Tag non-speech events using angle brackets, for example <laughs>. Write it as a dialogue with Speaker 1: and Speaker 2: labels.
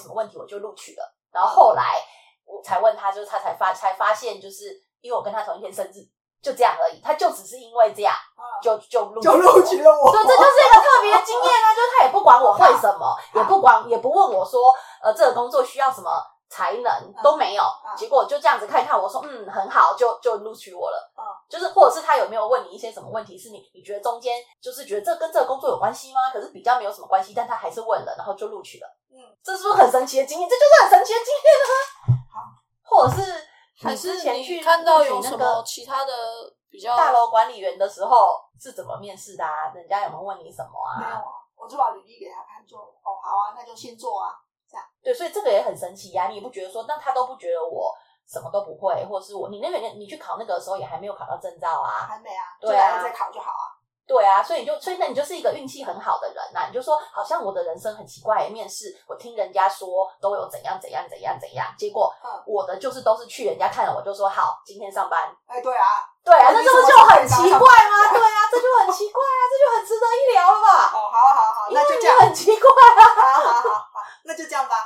Speaker 1: 什么问题，我就录取了。然后后来我才问他，就是他才发才发现，就是因为我跟他同一天生日，就这样而已。他就只是因为这样就就录取
Speaker 2: 哦就录取了我。
Speaker 1: 对，这就是一个特别的经验啊！就是他也不管我会什么，也不管也不问我说，呃，这个工作需要什么才
Speaker 3: 嗯
Speaker 1: 能都没有。结果就这样子看一看，我说嗯很好，就就录取我了。
Speaker 4: 嗯
Speaker 1: 就是或者是他有没有问你一些什么问题，是你你觉得中间就是觉得这跟这个工作有关系吗？可是比较没有什么关系，但他还是问了，然后就录取了。
Speaker 4: 嗯，
Speaker 1: 这是不是很神奇的经验？这就是很神奇的经验
Speaker 3: <laughs>
Speaker 1: 啊！或者是
Speaker 3: 还
Speaker 1: 你
Speaker 3: 是
Speaker 1: 之前去
Speaker 3: 你看到
Speaker 1: 录
Speaker 3: 有
Speaker 1: 取
Speaker 3: 什
Speaker 1: 那
Speaker 3: 么
Speaker 1: 个
Speaker 3: 其他的比较
Speaker 1: 大楼管理员的时候是怎么面试的啊？人家有没有问你什么
Speaker 4: 没有
Speaker 1: 啊？
Speaker 4: 啊，我就把履历给他看，就哦好啊，那就先做啊。
Speaker 1: 对，所以这个也很神奇呀、你也不觉得说，那他都不觉得我什么都不会，或是我你那个你去考那个的时候也还没有考到证照啊？
Speaker 4: 还没啊，就
Speaker 1: 对啊
Speaker 4: 来了再考就好啊。
Speaker 1: 对啊，所以你就所以那你就是一个运气很好的人呐、你就说好像我的人生很奇怪，面试我听人家说都有怎样怎样怎样怎样，结果
Speaker 4: 嗯
Speaker 1: 我的就是都是去人家看了我就说好，今天上班。
Speaker 4: 哎，对啊，
Speaker 1: 对啊，
Speaker 4: 那
Speaker 1: 那
Speaker 4: 你
Speaker 1: 这不
Speaker 4: 怎么
Speaker 1: 就很奇怪
Speaker 4: 上
Speaker 1: 吗？
Speaker 4: 班
Speaker 1: 对啊，这就很奇怪啊，这就很值得一聊了吧？ <laughs>
Speaker 4: 哦，好啊好啊好啊，那就这样，
Speaker 1: 因为你很奇怪。
Speaker 4: 好啊好啊好啊好啊，那就这样吧。